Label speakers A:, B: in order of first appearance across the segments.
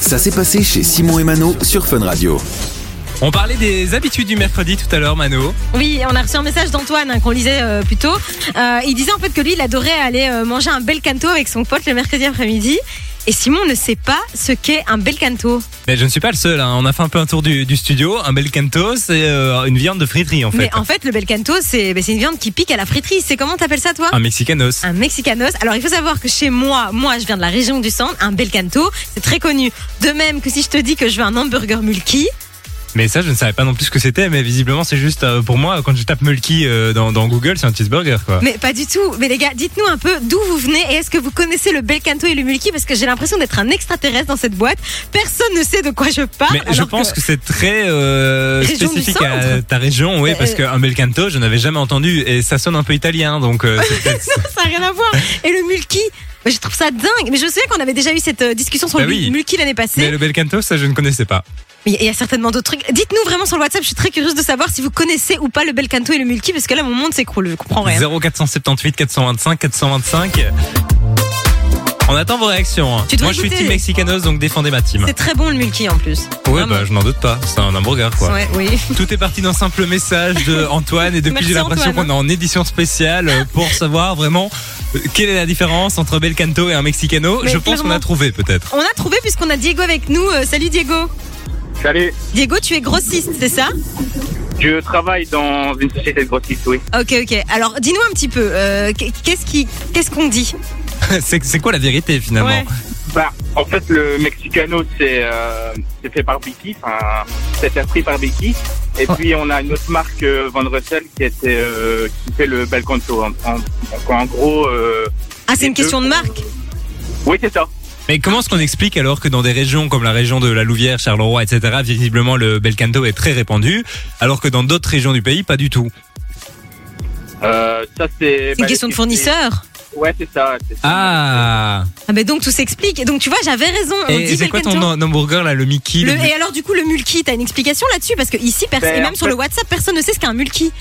A: Ça s'est passé chez Simon et Mano sur Fun Radio.
B: On parlait des habitudes du mercredi tout à l'heure, Mano.
C: Oui, on a reçu un message d'Antoine hein, qu'on lisait euh, plus tôt. Euh, il disait en fait que lui, il adorait aller euh, manger un bel canto avec son pote le mercredi après-midi. Et Simon ne sait pas ce qu'est un bel canto.
B: Mais je ne suis pas le seul, hein. on a fait un peu un tour du, du studio. Un bel canto, c'est euh, une viande de friterie en fait.
C: Mais en fait, le bel canto, c'est ben, c'est une viande qui pique à la friterie. C'est comment t'appelles ça, toi
B: Un mexicanos.
C: un mexicanos. Alors il faut savoir que chez moi, moi je viens de la région du centre, un bel canto, c'est très connu. De même que si je te dis que je veux un hamburger mulky,
B: Mais ça, je ne savais pas non plus ce que c'était, mais visiblement, c'est juste euh, pour moi, quand je tape Mulky euh, dans, dans Google, c'est un cheeseburger quoi.
C: mais pas du tout. Mais les gars, dites-nous un peu d'où vous venez et est-ce que vous connaissez le bel canto et le mulky parce que j'ai l'impression d'être un extraterrestre dans cette boîte. Personne ne sait de quoi je parle.
B: Mais je
C: Ah, alors
B: pense que, c'est très euh,
C: Région du
B: spécifique à
C: centre.
B: ta région, oui,
C: Euh,
B: parce qu'un bel canto, je n'avais jamais entendu et ça sonne un peu italien, donc euh, c'est peut-être ça.
C: ça n'a rien à voir. Et le mulky, mais je trouve ça dingue. Mais je me souviens qu'on avait déjà eu cette euh, discussion sur
B: Bah
C: le
B: oui.
C: mulky l'année
B: Mais
C: passée.
B: le bel canto, ça, je ne connaissais pas.
C: Mais il y a certainement d'autres trucs. Dites-nous vraiment sur le WhatsApp, je suis très curieuse de savoir si vous connaissez ou pas le bel canto et le mulky parce que là mon monde s'écroule, je comprends rien.
B: 0478 425 425. On attend vos réactions. hein.
C: Tu dois
B: Moi, je suis
C: goûter.
B: team mexicanos, donc défendez ma team.
C: C'est très bon le mulky en plus.
B: Ouais,
C: Vraiment.
B: bah, je n'en doute pas. C'est un hamburger, quoi.
C: Ouais, oui.
B: Tout est parti d'un simple message de Antoine et depuis
C: Merci,
B: j'ai l'impression qu'on
C: Antoine.
B: est en édition spéciale euh, pour savoir vraiment euh, quelle est la différence entre Bel Canto et un Mexicano.
C: Mais
B: je pense qu'on
C: clairement.
B: a trouvé peut-être.
C: On a trouvé puisqu'on a Diego avec nous. Euh, salut Diego.
D: Salut,
C: Diego, tu es grossiste, c'est ça
D: je travaille dans une société de grossistes, oui.
C: Ok, ok. Alors, dis-nous un petit peu. euh, qu- qu'est-ce qui, qu'est-ce qu'on dit
B: C'est c'est quoi la vérité finalement
C: Ouais.
D: Bah, en fait, le Mexicano, c'est euh, c'est fait par Bicky, enfin, c'est fait par Bicky. Et
C: Ah.
D: puis, on a une autre marque, euh, Van Russell, qui, était, euh, qui fait le bel canto. En, en- donc, en gros, euh,
C: Ah, c'est
D: Les
C: une question de
D: deux.
C: marque.
D: oui, c'est ça.
B: Mais comment est-ce qu'on explique alors que dans des régions comme la région de la Louvière, Charleroi, etc., visiblement le Bel Canto est très répandu, alors que dans d'autres régions du pays, pas du tout
D: Euh, ça, c'est.
C: C'est une question de fournisseur.
D: Ouais, c'est ça. c'est ça.
B: Ah
C: Ah, mais donc tout s'explique. Et Donc tu vois, j'avais raison. On
B: Et
C: dit
B: c'est quoi
C: Belcanto.
B: ton hamburger là, le Mickey
C: Le-
B: le-
C: et alors du coup le mulki, t'as une explication là-dessus parce que ici perso-
D: Ben,
C: et
D: en
C: même sur
D: fait-
C: le WhatsApp personne ne sait ce qu'est un mulki.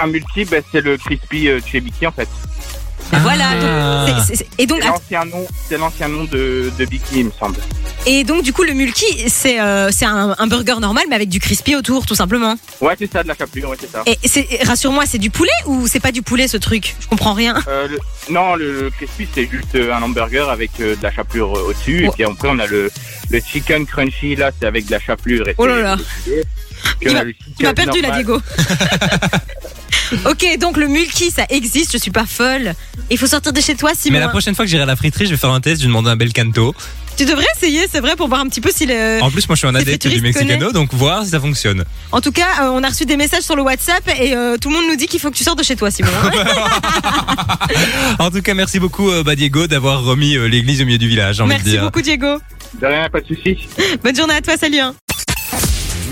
D: Un multi, bah, c'est le crispy euh, chez Bicky, en fait.
C: Ben Voilà.
B: Ah.
C: donc, c'est- c'est- et donc
D: C'est l'ancien nom, c'est l'ancien nom de, de Bicky, il me semble.
C: et donc du coup le mulki c'est euh, c'est un, un burger normal mais avec du crispy autour tout simplement.
D: Ouais, c'est ça, de la chapelure, ouais, c'est ça.
C: Et c'est- rassure-moi c'est du poulet ou c'est pas du poulet ce truc Je comprends rien.
D: Euh, le- non, le, le crispy, c'est juste euh, un hamburger avec euh, de la chapelure euh, au-dessus. Et
C: Oh.
D: puis après, on a le, le chicken crunchy, là, c'est avec de la chapelure. Et
C: Oh là
D: c'est-
C: là.
D: et puis
C: Il
D: on a
C: m'a-
D: le
C: Tu m'as
D: chicken
C: perdu là,
D: normal.
C: Diego. ok, donc le mulki, ça existe, je suis pas folle. Il faut sortir de chez toi, Simon.
B: Mais la prochaine fois que j'irai à la friterie, je vais faire un test, je vais demander un bel canto.
C: Tu devrais essayer, c'est vrai, pour voir un petit peu si le.
B: En plus, moi, je suis un
C: c'est
B: adepte du
C: futuriste,
B: Mexicano, donc voir si ça fonctionne.
C: En tout cas, euh, on a reçu des messages sur le WhatsApp et euh, tout le monde nous dit qu'il faut que tu sors de chez toi, Simon.
B: En tout cas, merci beaucoup, euh, bah, Diego, d'avoir remis euh, l'église au milieu du village, j'ai envie de
C: Merci
B: dire.
C: beaucoup, Diego.
D: De rien, pas de soucis.
C: Bonne journée à toi, salut. hein.